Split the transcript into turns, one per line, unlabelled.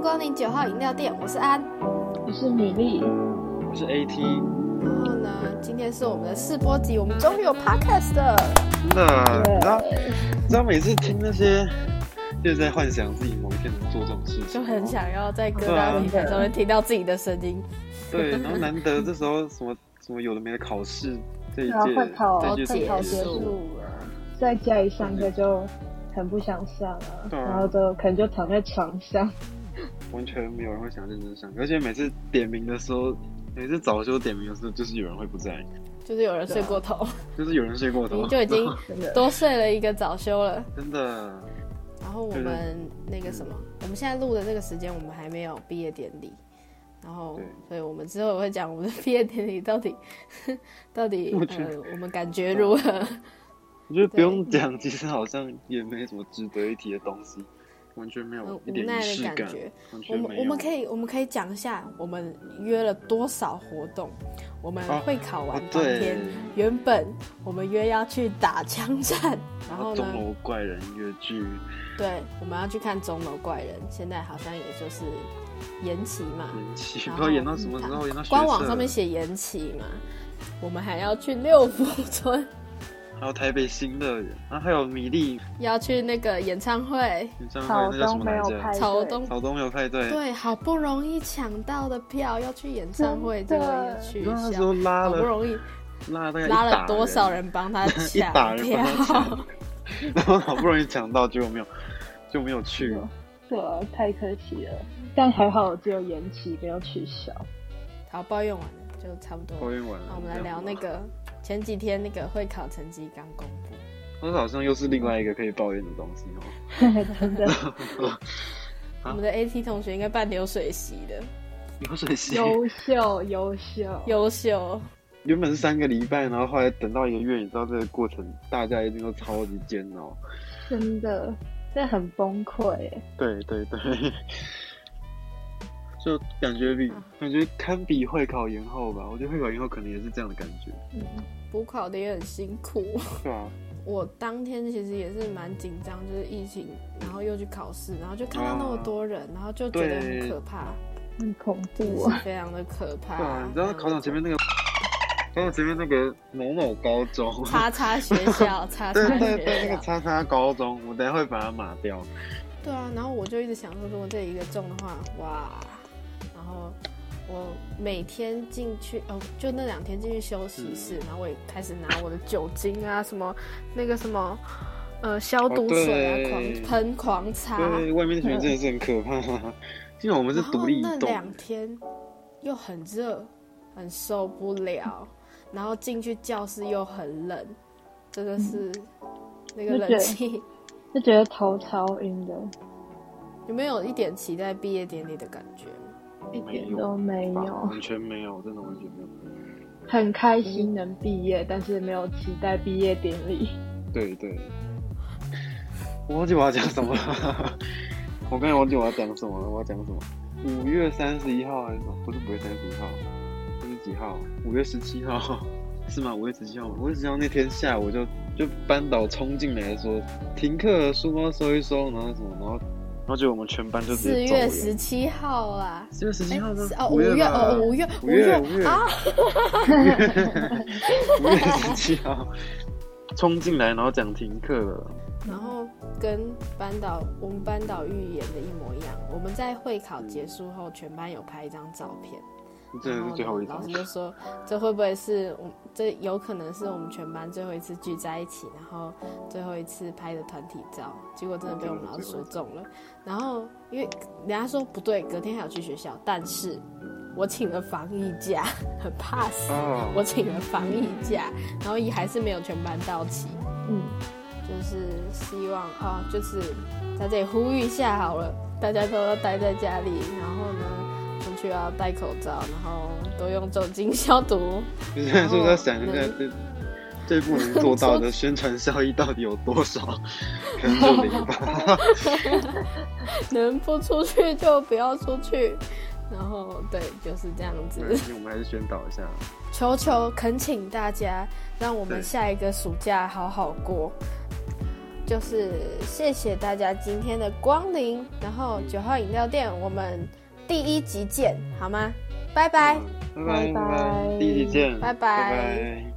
光临九号饮料店，我是安。
我是米粒，
我是 AT，
然后呢，今天是我们的试播集，我们终于有 podcast 了。
真的，你知道，你知道每次听那些，就是在幻想自己某一天能做这种事情，
就很想要在各大平台上面听到自己的声音。
对，然后难得这时候什么 什么有的没的考试这一
对啊
届
会考
这一届
会哦
高考
结
结
束，
束了，在家里上课就很不想上啊，
对啊
然后就可能就躺在床上，
完全没有人会想认真上课，而且每次点名的时候，每次早修点名的时候，就是有人会不在，
就是有人睡过头，
就是有人睡过头
你，就已经
啊真的。
多睡了一个早休了。
真的，
然后我们那个什么，我们现在录的这个时间，我们还没有毕业典礼。然后
对，
所以我们之后会讲我们的毕业典礼到底 到底
我觉
呃
得
我们感觉如何？
我觉得不用讲，其实好像也没什么值得一提的东西，完全没
很
有一
无
点
奈
仪
的
式
感
感
觉，。
完
我
全没
们
有。
我们可以我们可以讲一下，我们约了多少活动？我们
啊
会考完
哦
当
对
天，原本我们约要去打枪战，然后呢
啊钟，楼怪人越剧，
对，我们要去看《钟楼怪人》，现在好像也就是延期嘛，
延期，
嗯然
不
后嗯
知道演到什么时候，演到学
官网上
社
面写延期嘛，我们 还要去六福村，
还有台北新乐园，然后还有米粒
要去那个演唱会，
演唱
草
嗯会，那叫
东
什么
没
来
有派
着？
对，
草东
草东有派对，
对，好不容易抢到的票要去演唱会，结
真
果
的
也
你
取
知道那时
消，
候拉
好不
了
容易。
拉了大概一
拉了
打
多少？人帮他
一
抢
打人
票
帮？他抢然后好不容易抢到，结果没有，就没有去。
对啊，太可惜了。但还好只有延期，没有取 消。
好，抱怨完了，就差不
抱
多。
怨完了，
那我们来聊那
这样
个前几天那个会考成绩刚公布，
吧，那好像又是另外一个可以抱怨的东西哦。
真的，
啊哦
我们的 AT 同学应该半流水席的，
流水席
优秀，优秀，
优秀。
原本是三个礼拜，然后后来等到一个月，你知道这个过程大家一定都超级煎熬。
真的，这很崩溃耶。
对对对， 就感觉比
啊
感觉堪比会考延后吧。我觉得会考延后可能也是这样的感觉，
嗯，
补考的也很辛苦，
对啊，
我当天其实也是蛮紧张，就是疫情，然后又去考试，然后就看到那么多人，然后就觉得很
哦对
可怕，
很恐
真
怖
的
啊。
是非常的可怕。
对啊，你知道考场前面那个，考场前面那个某某高中，
叉叉学 校，叉
对
叉
对
学
对，那
校
个，叉叉高中，我等一下会把它码掉。
对啊，然后我就一直想说，如果这一个中的话，哇！然后我每天进去，哦，就那两天进去休息
嗯
室，然后我也开始拿我的酒精啊，什么那个什么，呃，消毒水啊，
哦对
狂喷狂擦。
对，外面的学生真的是很可怕， 因为我们是
然后
独立一
那
栋
两天又很热，很受不了，然后进去教室又很冷，真的是那个
就觉
冷
得
气，
就觉得头超晕的，
有没有一点期待毕业典礼的感觉？
一
没
点
有
都没
的，
有。
完全没有，真的完全没有。
很开心能毕业，但是没有期待毕业典礼。
对对，我忘记我要讲什么了， 我刚才忘记我要讲什么了，我要讲什么？五月三十一号还是什么？不是五月三十一号，这是几号？五月十七号 是吗？五月十七号吗，五月十七号那天下午就就班导冲进来说停课了，书包收一收，然后什么，然后然后就我们全班就直
四
接走
月
人。
十七号啊，
四月十七号吗
是？哦，五月
吧
哦，五月
五月
五
五
月
月
啊，
五月十七号冲进来，然后讲停课了。
然后跟班导我们班导预言的一模一样。我们在会考结束后，全班有拍一张照片，
真
然
的
后
是最后一
老
张
师，就说这会不会是我们这有可能是我们全班最后一次聚在一起，然后最后一次拍的团体照。结果真的被我们老师说
哦
中了。然后因为人家说不对，隔天还要去学校，但是我请了防疫假， 很怕死。
哦，
我请了防疫假，然后也还是没有全班到齐，
嗯，
就是希望啊、就是在这里呼吁一下好了，大家都要待在家里，然后呢，出去要戴口罩，然后多用酒精消毒。
你现在是不是要想一下
能
这这部能做到的宣传效益到底有多少？可能就零吧。
能不出去就不要出去。然后对，就是这样子。
对，我们还是宣导一下。
求求恳请大家，让我们
对
下一个暑假好好过。就是谢谢大家今天的光临，然后九号饮料店我们第一集见，好吗？拜拜。
嗯拜
拜
拜
拜
拜，第一集见，
拜拜
拜拜